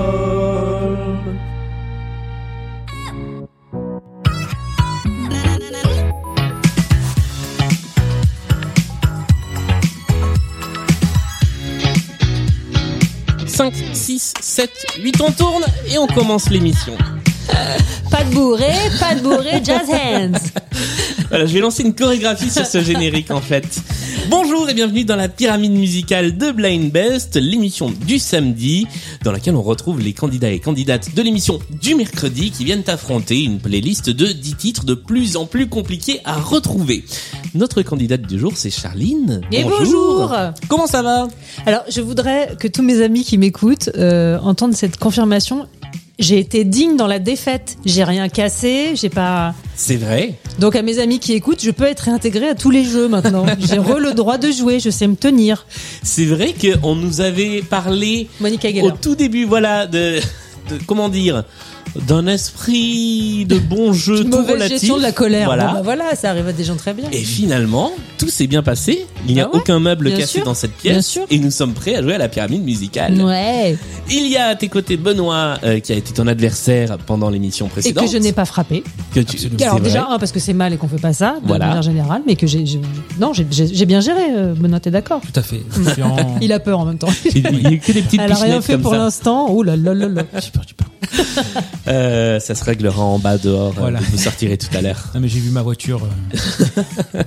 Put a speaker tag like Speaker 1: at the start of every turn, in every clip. Speaker 1: d'homme. Cinq, six, sept, huit, on tourne et on commence l'émission.
Speaker 2: Pas de bourré, pas de bourré, jazz hands.
Speaker 1: Voilà, je vais lancer une chorégraphie sur ce générique en fait. Bonjour et bienvenue dans la pyramide musicale de Blind Best, l'émission du samedi, dans laquelle on retrouve les candidats et candidates de l'émission du mercredi qui viennent affronter une playlist de 10 titres de plus en plus compliqués à retrouver. Notre candidate du jour, c'est Charline.
Speaker 2: Et bonjour.
Speaker 1: Comment ça va
Speaker 2: Alors, je voudrais que tous mes amis qui m'écoutent euh, entendent cette confirmation. J'ai été digne dans la défaite. J'ai rien cassé, j'ai pas.
Speaker 1: C'est vrai
Speaker 2: Donc, à mes amis qui écoutent, je peux être réintégrée à tous les jeux maintenant. J'ai re le droit de jouer, je sais me tenir.
Speaker 1: C'est vrai qu'on nous avait parlé
Speaker 2: Monica
Speaker 1: au
Speaker 2: Geller.
Speaker 1: tout début, voilà, de, de- comment dire, d'un esprit de bon jeu tout
Speaker 2: Mauvaise
Speaker 1: relatif.
Speaker 2: gestion de la colère.
Speaker 1: Voilà.
Speaker 2: Bon, bah voilà, ça arrive à des gens très bien.
Speaker 1: Et finalement, tout s'est bien passé. Il n'y a
Speaker 2: Ah ouais
Speaker 1: aucun meuble
Speaker 2: Bien
Speaker 1: cassé
Speaker 2: sûr.
Speaker 1: dans cette pièce.
Speaker 2: Bien sûr.
Speaker 1: Et nous sommes prêts à jouer à la pyramide musicale.
Speaker 2: Ouais.
Speaker 1: Il y a à tes côtés Benoît, euh, qui a été ton adversaire pendant l'émission
Speaker 2: Et
Speaker 1: précédente.
Speaker 2: que je n'ai pas frappé.
Speaker 1: Que tu-
Speaker 2: Que- Alors
Speaker 1: c'est vrai.
Speaker 2: déjà un parce que c'est mal et qu'on fait pas ça de
Speaker 1: Voilà.
Speaker 2: manière générale, mais que j'ai j'ai- non j'ai- j'ai j'ai bien géré. euh, Benoît, t'es d'accord
Speaker 3: Tout à fait. Je suis en-
Speaker 2: Il a peur en même temps.
Speaker 1: Il il y a eu que des petites
Speaker 2: Elle a rien
Speaker 1: pichenettes
Speaker 2: fait
Speaker 1: comme
Speaker 2: pour
Speaker 1: ça.
Speaker 2: l'instant. Oh là là là là.
Speaker 3: J'ai peur, j'ai peur.
Speaker 1: Euh, ça se réglera en bas dehors. euh,
Speaker 3: Voilà.
Speaker 1: Vous sortirez tout à l'heure.
Speaker 3: Non, mais j'ai vu ma voiture. euh,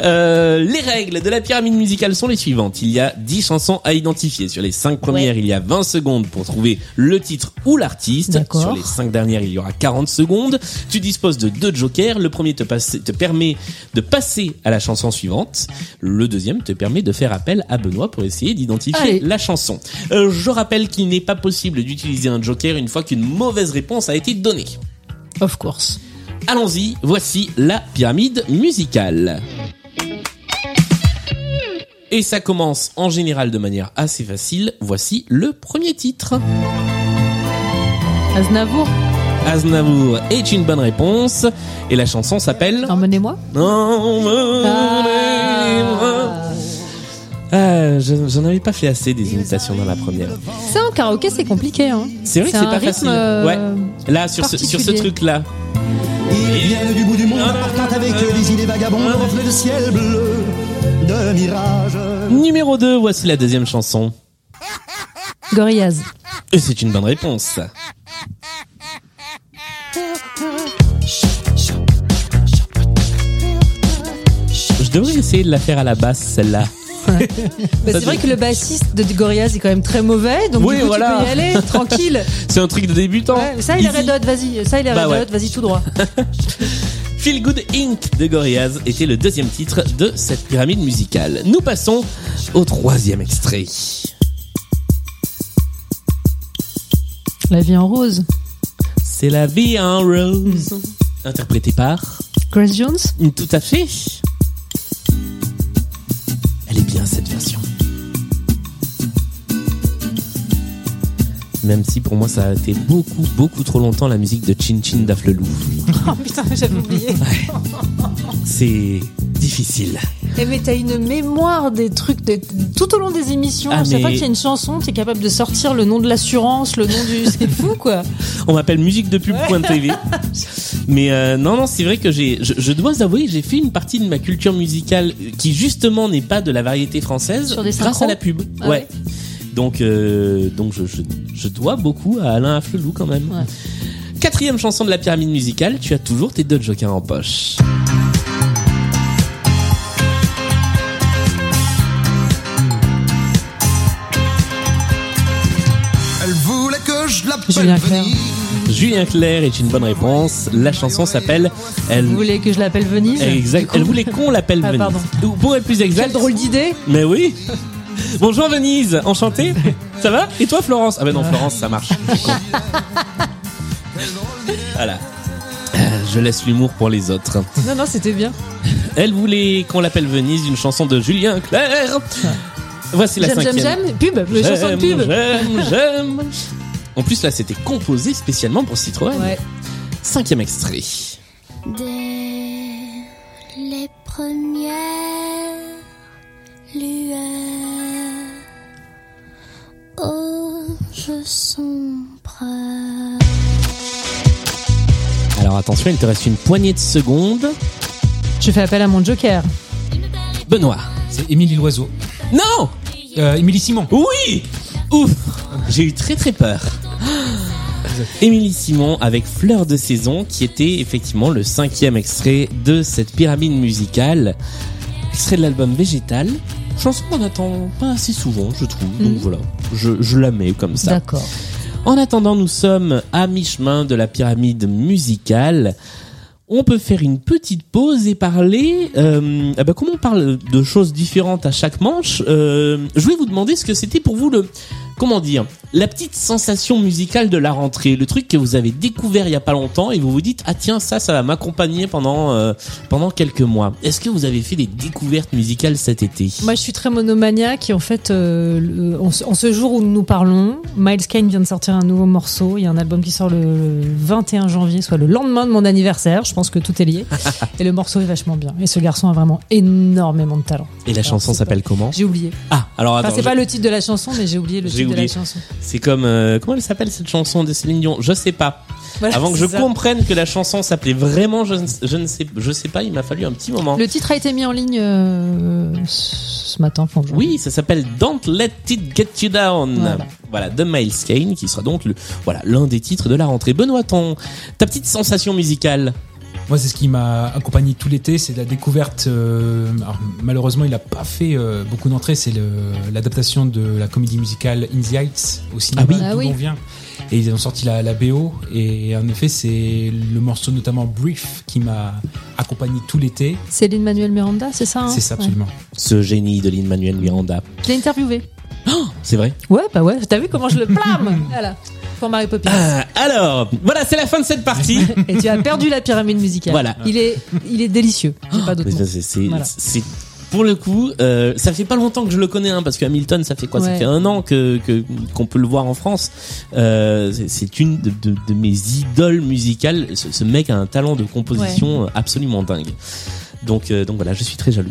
Speaker 1: Euh, les règles de la pyramide musicale sont les suivantes. Il y a 10 chansons à identifier. Sur les 5 premières, il y a 20 secondes pour trouver le titre ou l'artiste.
Speaker 2: D'accord.
Speaker 1: Sur les 5 dernières, il y aura 40 secondes. Tu disposes de deux jokers. Le premier te, passe- te permet de passer à la chanson suivante. Le deuxième te permet de faire appel à Benoît pour essayer d'identifier
Speaker 2: Allez.
Speaker 1: la chanson. Euh, je rappelle qu'il n'est pas possible d'utiliser un joker une fois qu'une mauvaise réponse a été donnée.
Speaker 2: Of course.
Speaker 1: Allons-y, voici la pyramide musicale. Et ça commence en général de manière assez facile. Voici le premier titre.
Speaker 2: Aznavour,
Speaker 1: Aznavour est une bonne réponse. Et la chanson s'appelle...
Speaker 2: emmenez-moi.
Speaker 1: Ah, je- J'en avais pas fait assez des imitations dans la première.
Speaker 2: Ça en karaoké c'est compliqué hein.
Speaker 1: C'est vrai que
Speaker 2: C'est
Speaker 1: c'est
Speaker 2: un
Speaker 1: pas
Speaker 2: rythme,
Speaker 1: facile.
Speaker 2: euh,
Speaker 1: Ouais. Là, sur ce, sur ce
Speaker 2: particulier.
Speaker 1: truc-là.
Speaker 4: Il vient du bout du monde, partant avec des idées vagabondes, reflet de ciel bleu, de mirage.
Speaker 1: Numéro 2, voici la deuxième chanson.
Speaker 2: Gorillaz.
Speaker 1: Et c'est une bonne réponse. Je devrais essayer de la faire à la basse, celle-là.
Speaker 2: Bah, c'est
Speaker 1: Ça,
Speaker 2: vrai
Speaker 1: c'est-
Speaker 2: que le bassiste de Gorillaz est quand même très mauvais, donc
Speaker 1: Oui,
Speaker 2: du coup,
Speaker 1: voilà.
Speaker 2: tu peux y aller tranquille.
Speaker 1: C'est un truc de débutant.
Speaker 2: Ouais, ça il est
Speaker 1: Easy.
Speaker 2: red hot, vas-y. Ça il est
Speaker 1: Bah
Speaker 2: red
Speaker 1: ouais.
Speaker 2: hot, vas-y tout droit.
Speaker 1: Feel Good Inc. de Gorillaz était le deuxième titre de cette pyramide musicale. Nous passons au troisième extrait.
Speaker 2: La vie en rose.
Speaker 1: C'est la vie en rose. Interprété par...
Speaker 2: Grace Jones.
Speaker 1: Tout à fait. Elle est bien cette version. Même si pour moi ça a été beaucoup beaucoup trop longtemps la musique de Chin Chin d'Afflelou.
Speaker 2: Oh putain j'avais oublié.
Speaker 1: C'est difficile.
Speaker 2: Eh mais t'as une mémoire des trucs de- tout au long des émissions.
Speaker 1: Ah,
Speaker 2: à chaque
Speaker 1: mais-
Speaker 2: fois qu'il y a une chanson, t'es capable de sortir le nom de l'assurance, le nom du. C'est fou quoi.
Speaker 1: On m'appelle musique de pub.tv. Mais euh, non non c'est vrai que j'ai je, je dois avouer que j'ai fait une partie de ma culture musicale qui justement n'est pas de la variété française
Speaker 2: Sur des
Speaker 1: grâce
Speaker 2: synchros
Speaker 1: à la pub.
Speaker 2: Ah
Speaker 1: ouais. Donc euh, donc je, je je dois beaucoup à Alain Afflelou quand même.
Speaker 2: Ouais.
Speaker 1: Quatrième chanson de la pyramide musicale, tu as toujours tes deux jokers en poche.
Speaker 4: Elle voulait que je
Speaker 2: Julien
Speaker 4: l'appelle
Speaker 2: Clerc.
Speaker 4: Venise.
Speaker 1: Julien Clerc est une bonne réponse. La chanson s'appelle Elle.
Speaker 2: Vous voulez que je l'appelle Venise
Speaker 1: Exact. Elle voulait qu'on l'appelle
Speaker 2: Ah,
Speaker 1: Venise.
Speaker 2: pardon.
Speaker 1: Ou pour être plus exact.
Speaker 2: Quelle drôle d'idée
Speaker 1: Mais oui. Bonjour Venise, enchanté. Ça va Et toi Florence Ah ben non Florence, ça marche. Je suis con. voilà. Euh, Je laisse l'humour pour les autres.
Speaker 2: Non, non, c'était bien.
Speaker 1: Elle voulait qu'on l'appelle Venise, une chanson de Julien Clerc. Voici la
Speaker 2: J'aime,
Speaker 1: cinquième.
Speaker 2: j'aime, j'aime. Pub, le chanson de
Speaker 1: J'aime,
Speaker 2: pub.
Speaker 1: J'aime, j'aime. En plus, là, c'était composé spécialement pour Citroën.
Speaker 2: Ouais.
Speaker 1: Cinquième extrait.
Speaker 5: Dès les premières lueurs, oh, peu sombre.
Speaker 1: Alors attention, il te reste une poignée de secondes.
Speaker 2: Je fais appel à mon joker.
Speaker 1: Benoît.
Speaker 3: C'est Émilie Loiseau.
Speaker 1: Non
Speaker 3: Euh, Émilie Simon.
Speaker 1: Oui Ouf J'ai eu très très peur. Émilie Simon avec Fleur de saison qui était effectivement le cinquième extrait de cette pyramide musicale. Extrait de l'album Végétal. Chanson qu'on n'attend pas assez souvent je trouve. Donc
Speaker 2: Mhm.
Speaker 1: voilà, je, je la mets comme ça.
Speaker 2: D'accord.
Speaker 1: En attendant, nous sommes à mi-chemin de la pyramide musicale. On peut faire une petite pause et parler. Euh, ah bah, comme on parle de choses différentes à chaque manche, euh, je voulais vous demander ce que c'était pour vous le comment dire la petite sensation musicale de la rentrée, le truc que vous avez découvert il y a pas longtemps et vous vous dites ah tiens ça ça va m'accompagner pendant euh, pendant quelques mois. Est-ce que vous avez fait des découvertes musicales cet été
Speaker 2: Moi, je suis très monomaniaque et en fait, euh, le- en, ce- en ce jour où nous nous parlons, Miles Kane vient de sortir un nouveau morceau. Il y a un album qui sort le, le 21 janvier, soit le lendemain de mon anniversaire. Je pense que tout est lié. et le morceau est vachement bien. Et ce garçon a vraiment énormément de talent.
Speaker 1: Et la chanson
Speaker 2: c'est pas-
Speaker 1: s'appelle comment
Speaker 2: J'ai oublié.
Speaker 1: Ah alors
Speaker 2: Enfin,
Speaker 1: attends,
Speaker 2: c'est
Speaker 1: je-
Speaker 2: pas le titre de la chanson, mais j'ai oublié le
Speaker 1: J'ai
Speaker 2: titre de
Speaker 1: oublié.
Speaker 2: la chanson.
Speaker 1: c'est comme euh, comment elle s'appelle cette chanson de Céline Dion Je sais pas.
Speaker 2: Voilà,
Speaker 1: Avant que
Speaker 2: c'est
Speaker 1: je
Speaker 2: ça.
Speaker 1: comprenne que la chanson s'appelait vraiment je ne, je ne sais je sais pas, il m'a fallu un petit moment.
Speaker 2: Le titre a été mis en ligne euh, ce matin, fin de journée.
Speaker 1: Oui, ça s'appelle Don't Let It Get You Down. Voilà,
Speaker 2: Voilà.
Speaker 1: de Miles Kane qui sera donc le voilà, l'un des titres de la rentrée. Benoît, ton ta petite sensation musicale.
Speaker 3: Moi, c'est ce qui m'a accompagné tout l'été, c'est la découverte. euh, alors, malheureusement, il n'a pas fait euh, beaucoup d'entrées. C'est le- l'adaptation de la comédie musicale In the Heights au cinéma,
Speaker 1: Ah oui.
Speaker 3: d'où
Speaker 2: Ah oui.
Speaker 3: on vient. Et ils ont sorti la, la BO. Et en effet, c'est le morceau notamment Brief qui m'a accompagné tout l'été.
Speaker 2: Céline Manuel Miranda, c'est ça hein
Speaker 3: c'est ça,
Speaker 2: Ouais.
Speaker 3: absolument.
Speaker 1: Ce génie de Lin-Manuel Miranda.
Speaker 2: Je l'ai interviewé.
Speaker 1: C'est vrai
Speaker 2: Ouais, bah ouais, t'as vu comment je le plame Voilà, pour Mary Poppins.
Speaker 1: Ah, Alors, voilà, c'est la fin de cette partie.
Speaker 2: Et tu as perdu la pyramide musicale.
Speaker 1: Voilà.
Speaker 2: Il est, il est délicieux. J'ai pas d'autre
Speaker 1: Mais ça,
Speaker 2: mot.
Speaker 1: c'est- c'est-
Speaker 2: Voilà.
Speaker 1: c'est- pour le coup, euh, ça fait pas longtemps que je le connais, hein, parce que Hamilton, ça fait quoi Ça
Speaker 2: Ouais.
Speaker 1: fait un an que que- qu'on peut le voir en France. Euh, c'est- c'est une de, de- de mes idoles musicales. Ce, ce mec a un talent de composition euh, absolument dingue. Donc, euh, donc voilà, je suis très jaloux.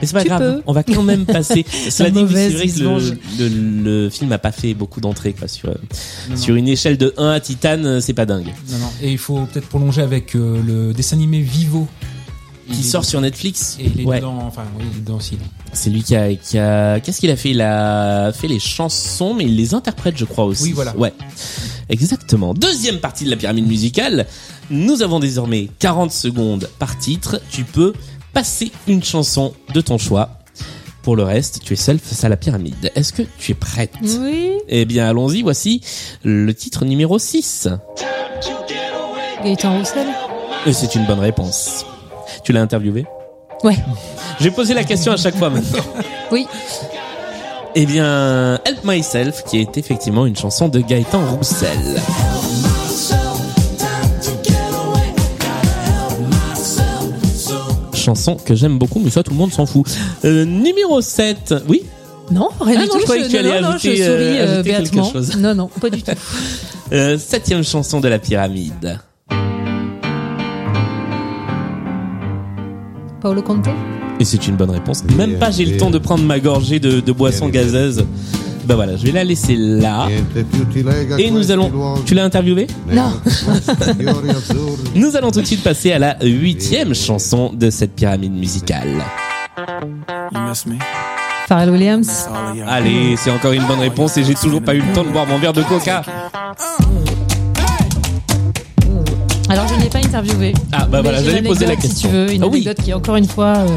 Speaker 1: Mais c'est pas
Speaker 2: Tu
Speaker 1: grave,
Speaker 2: peux.
Speaker 1: on va quand même passer. Cela dit, oui, c'est
Speaker 2: mauvaise
Speaker 1: vrai que
Speaker 2: visange.
Speaker 1: le, le- le film a pas fait beaucoup d'entrées quoi, sur, euh, sur une échelle de 1 à Titan, euh, c'est pas dingue.
Speaker 3: Non, non. Et il faut peut-être prolonger avec euh, le dessin animé Vivo.
Speaker 1: Qui
Speaker 3: Il est-
Speaker 1: sort sur Netflix.
Speaker 3: Et il est
Speaker 1: Ouais.
Speaker 3: dedans, enfin, oui, il est dedans aussi.
Speaker 1: C'est lui qui a, qui a- qu'est-ce qu'il a fait Il a fait les chansons, mais il les interprète, je crois aussi.
Speaker 3: Oui, voilà.
Speaker 1: Ouais, exactement. Deuxième partie de la pyramide musicale. Nous avons désormais 40 secondes par titre. Tu peux passer une chanson de ton choix. Pour le reste, tu es seul face à la pyramide. Est-ce que tu es prête
Speaker 2: Oui,
Speaker 1: Eh bien, allons-y. Voici le titre numéro 6.
Speaker 2: Gaëtan Roussel.
Speaker 1: Et c'est une bonne réponse. Tu l'as interviewé
Speaker 2: Ouais.
Speaker 1: J'ai posé la question à chaque fois maintenant.
Speaker 2: Oui.
Speaker 1: Eh bien, Help Myself, qui est effectivement une chanson de Gaëtan Roussel. Chanson que j'aime beaucoup, mais ça tout le monde s'en fout. Euh, numéro 7, oui
Speaker 2: Non, rien
Speaker 1: Ah
Speaker 2: du
Speaker 1: non,
Speaker 2: tout.
Speaker 1: je croyais que tu allais
Speaker 2: non, non,
Speaker 1: ajouter,
Speaker 2: je
Speaker 1: euh,
Speaker 2: souris euh,
Speaker 1: ajouter quelque
Speaker 2: béatement.
Speaker 1: chose.
Speaker 2: Non, non, pas du tout.
Speaker 1: Euh, Septième chanson de la pyramide.
Speaker 2: Paolo Conte.
Speaker 1: Et c'est une bonne réponse. Même pas j'ai le temps de prendre ma gorgée de, de boisson gazeuse. Bah voilà, je vais la laisser là. Et nous allons... Tu l'as interviewé
Speaker 2: E No.
Speaker 1: Nous allons tout de suite passer à la huitième chanson de cette pyramide musicale.
Speaker 6: You miss me?
Speaker 2: Pharrell Williams.
Speaker 6: All of y'all.
Speaker 1: Allez, c'est encore une bonne réponse et j'ai toujours pas eu le temps de boire mon verre de coca.
Speaker 2: Alors, je ne l'ai pas interviewé.
Speaker 1: Ah bah
Speaker 2: Mais
Speaker 1: voilà,
Speaker 2: j'ai
Speaker 1: j'allais
Speaker 2: une
Speaker 1: poser la
Speaker 2: anecdote,
Speaker 1: question.
Speaker 2: Si tu veux, une
Speaker 1: Ah oui.
Speaker 2: anecdote qui, encore une fois, euh,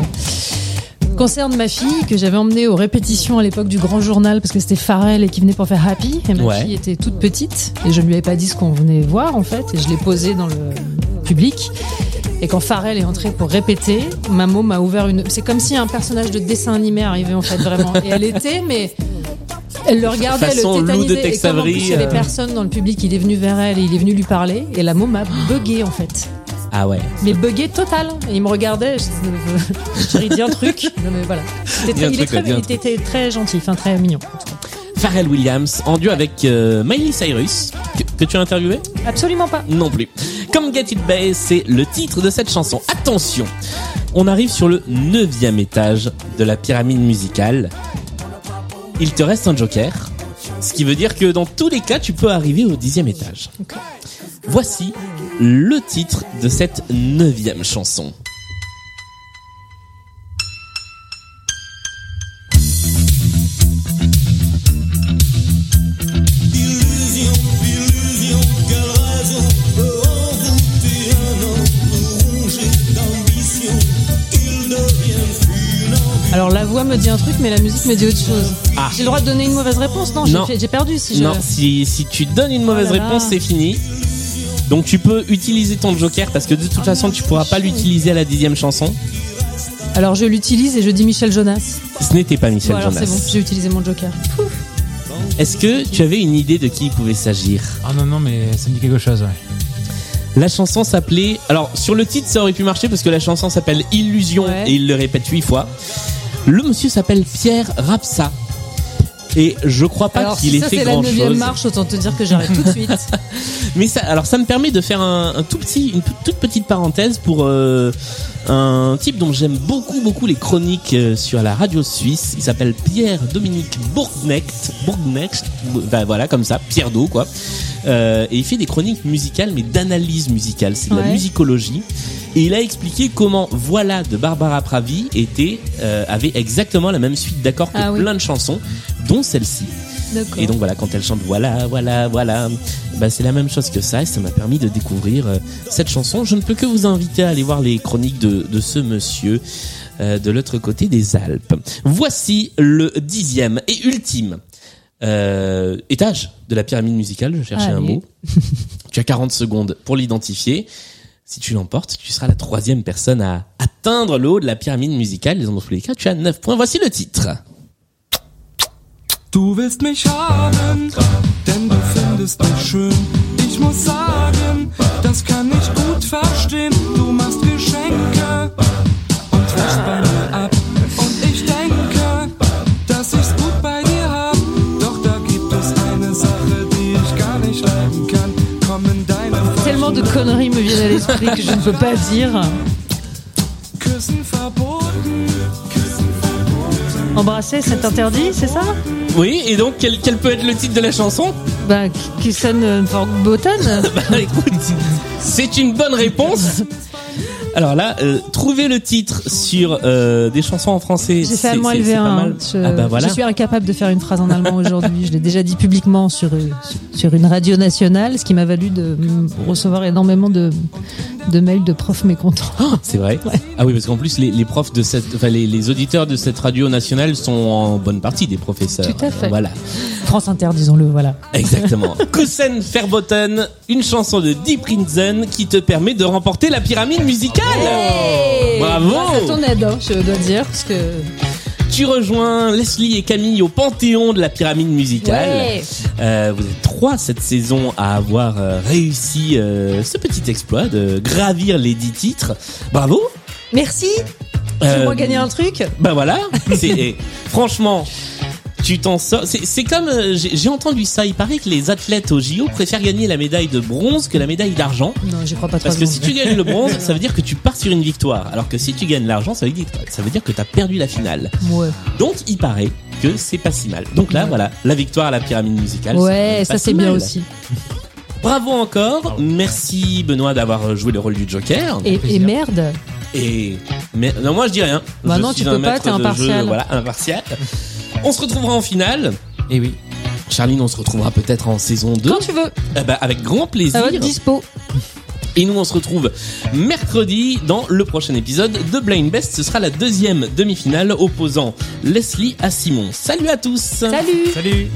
Speaker 2: concerne ma fille que j'avais emmenée aux répétitions à l'époque du Grand Journal parce que c'était Pharrell et qui venait pour faire Happy. Et ma
Speaker 1: Ouais.
Speaker 2: fille était toute petite et je ne lui avais pas dit ce qu'on venait voir en fait. Et je l'ai posée dans le public. Et quand Pharrell est entré pour répéter, Mamo m'a ouvert une. C'est comme si un personnage de dessin animé arrivait en fait vraiment. Et elle était, mais. Elle le regardait,
Speaker 1: Façon
Speaker 2: elle
Speaker 1: Lou
Speaker 2: le
Speaker 1: de
Speaker 2: tétanisait. et
Speaker 1: Tex
Speaker 2: comme en plus,
Speaker 1: Avery,
Speaker 2: il y avait
Speaker 1: euh.
Speaker 2: personne dans le public, il est venu vers elle et il est venu lui parler. Et la môme a bugué en fait
Speaker 1: Ah ouais.
Speaker 2: mais buggé total. Et il me regardait, je disais, il dit un truc. Non, mais voilà. C'était
Speaker 1: Dis un
Speaker 2: très- il,
Speaker 1: truc,
Speaker 2: est très,
Speaker 1: dis un
Speaker 2: il était très gentil, enfin très mignon.
Speaker 1: Pharrell Williams en duo avec euh, Miley Cyrus que, que tu as interviewé
Speaker 2: Absolument pas.
Speaker 1: Non plus. Comme Get It Back, c'est le titre de cette chanson. Attention, on arrive sur le neuvième étage de la pyramide musicale. Il te reste un joker. Ce qui veut dire que dans tous les cas, tu peux arriver au dixième étage. Voici le titre de cette neuvième chanson.
Speaker 2: Alors la voix me dit un truc, mais la musique me dit autre chose.
Speaker 1: Ah.
Speaker 2: J'ai le droit de donner une mauvaise réponse, non, j'ai
Speaker 1: Non.
Speaker 2: fait- J'ai perdu si je.
Speaker 1: Non, si, si tu donnes une mauvaise
Speaker 2: Oh là là.
Speaker 1: réponse, c'est fini. Donc tu peux utiliser ton joker parce que de
Speaker 2: Oh
Speaker 1: toute façon, tu pourras pas l'utiliser à la dixième chanson.
Speaker 2: Alors je l'utilise et je dis Michel Jonas.
Speaker 1: Ce n'était pas Michel
Speaker 2: Bon, alors
Speaker 1: Jonas.
Speaker 2: c'est bon, j'ai utilisé mon joker.
Speaker 1: Est-ce que tu avais une idée de qui il pouvait s'agir
Speaker 3: Ah non, non, mais ça me dit quelque chose, ouais.
Speaker 1: La chanson s'appelait. Alors, sur le titre, ça aurait pu marcher parce que la chanson s'appelle Illusion
Speaker 2: Ouais.
Speaker 1: et il le répète huit fois. Le monsieur s'appelle Pierre Rapsa. Et je crois pas
Speaker 2: alors
Speaker 1: qu'il
Speaker 2: si
Speaker 1: ait
Speaker 2: ça
Speaker 1: fait
Speaker 2: c'est la
Speaker 1: grand
Speaker 2: neuvième
Speaker 1: chose.
Speaker 2: marche, autant te dire que j'arrête tout de suite.
Speaker 1: Mais ça, alors ça me permet de faire un, un tout petit, une toute- toute petite parenthèse pour euh, un type dont j'aime beaucoup, beaucoup les chroniques euh, sur la radio suisse. Il s'appelle Pierre Dominique Bourgnecht, Bourgnecht, Bo- ben voilà comme ça, Pierre Do quoi. Euh, et il fait des chroniques musicales, mais d'analyse musicale, c'est de la
Speaker 2: Ouais.
Speaker 1: musicologie. Et il a expliqué comment Voilà de Barbara Pravi était euh, avait exactement la même suite d'accords que
Speaker 2: Ah oui.
Speaker 1: plein de chansons, dont celle-ci.
Speaker 2: D'accord.
Speaker 1: Et donc voilà, quand elle chante voilà, voilà, voilà, bah, c'est la même chose que ça et ça m'a permis de découvrir euh, cette chanson. Je ne peux que vous inviter à aller voir les chroniques de, de ce monsieur euh, de l'autre côté des Alpes. Voici le dixième et ultime euh, étage de la pyramide musicale, je cherchais un
Speaker 2: Allez.
Speaker 1: mot. tu as 40 secondes pour l'identifier. Si tu l'emportes, tu seras la troisième personne à atteindre le haut de la pyramide musicale. Et Dans tous les cas, tu as 9 points. Voici le titre.
Speaker 6: Du willst mich haben, denn du findest mich schön. Ich muss sagen, das kann ich gut verstehen. Du machst Geschenke und wäschst bei mir ab. Und ich denke, dass ich's gut bei dir hab. Doch da gibt es eine Sache, die ich gar nicht leiden kann. Komm in deine
Speaker 2: Tellement de conneries me viennent à l'esprit que je ne peux pas dire.
Speaker 6: Küssen verboten.
Speaker 2: Embrasser, c'est interdit, c'est ça
Speaker 1: Oui, et donc quel, quel peut être le titre de la chanson
Speaker 2: Bah, Kissen Forgotten
Speaker 1: Bah écoute, c'est une bonne réponse. Alors là, euh, trouver le titre sur euh, des chansons en français,
Speaker 2: J'ai
Speaker 1: c'est
Speaker 2: fait allemand
Speaker 1: c'est- c'est
Speaker 2: LV1.
Speaker 1: pas
Speaker 2: hein.
Speaker 1: mal.
Speaker 2: Je,
Speaker 1: ah bah voilà.
Speaker 2: je suis incapable de faire une phrase en allemand aujourd'hui. Je l'ai déjà dit publiquement sur, euh, sur une radio nationale, ce qui m'a valu de mm, recevoir énormément de, de mails de profs mécontents.
Speaker 1: Ah, C'est vrai. Ah oui, parce qu'en plus les, les profs de cette, enfin les, les auditeurs de cette radio nationale sont en bonne partie des professeurs.
Speaker 2: Tout à fait.
Speaker 1: Voilà,
Speaker 2: France Inter, disons-le, voilà.
Speaker 1: exactement. Kusen Verboten, une chanson de Deep Prinzen qui te permet de remporter la pyramide musicale. Bravo.
Speaker 2: Grâce à ton aide, hein, je dois dire, parce que...
Speaker 1: Tu rejoins Leslie et Camille au Panthéon de la pyramide musicale.
Speaker 2: Ouais.
Speaker 1: Euh, vous êtes trois cette saison à avoir euh, réussi euh, ce petit exploit de gravir les dix titres. Bravo
Speaker 2: Merci
Speaker 1: Euh,
Speaker 2: Tu m'as gagné un truc
Speaker 1: Ben voilà C'est- eh, Franchement, tu t'en sors. C'est c'est comme... euh, J'ai j'ai entendu ça, il paraît que les athlètes au JO préfèrent gagner la médaille de bronze que la médaille d'argent.
Speaker 2: Non, je crois pas trois
Speaker 1: Parce que si
Speaker 2: secondes.
Speaker 1: tu gagnes le bronze, ça veut dire que tu pars sur une victoire. Alors que si tu gagnes l'argent, ça veut dire, ça veut dire que t'as perdu la finale.
Speaker 2: Ouais.
Speaker 1: Donc il paraît que c'est pas si mal. Donc là, voilà, la victoire à la pyramide musicale.
Speaker 2: Ouais,
Speaker 1: pas
Speaker 2: ça
Speaker 1: si
Speaker 2: c'est bien
Speaker 1: mal.
Speaker 2: aussi.
Speaker 1: Bravo encore. Merci Benoît d'avoir joué le rôle du Joker.
Speaker 2: Et, et merde,
Speaker 1: Et- mais non, moi je dis rien.
Speaker 2: Bah
Speaker 1: je
Speaker 2: non,
Speaker 1: suis
Speaker 2: tu
Speaker 1: un
Speaker 2: peux pas,
Speaker 1: maître
Speaker 2: t'es
Speaker 1: de jeu,
Speaker 2: impartial.
Speaker 1: voilà, impartial. On se retrouvera en finale.
Speaker 3: Et oui.
Speaker 1: Charline, on se retrouvera peut-être en saison 2.
Speaker 2: quand tu veux,
Speaker 1: Eh ben, avec grand plaisir.
Speaker 2: à votre Ah, dispo.
Speaker 1: Et nous, on se retrouve mercredi dans le prochain épisode de Blind Best. Ce sera la deuxième demi-finale opposant Leslie à Simon. Salut à tous.
Speaker 2: Salut
Speaker 3: Salut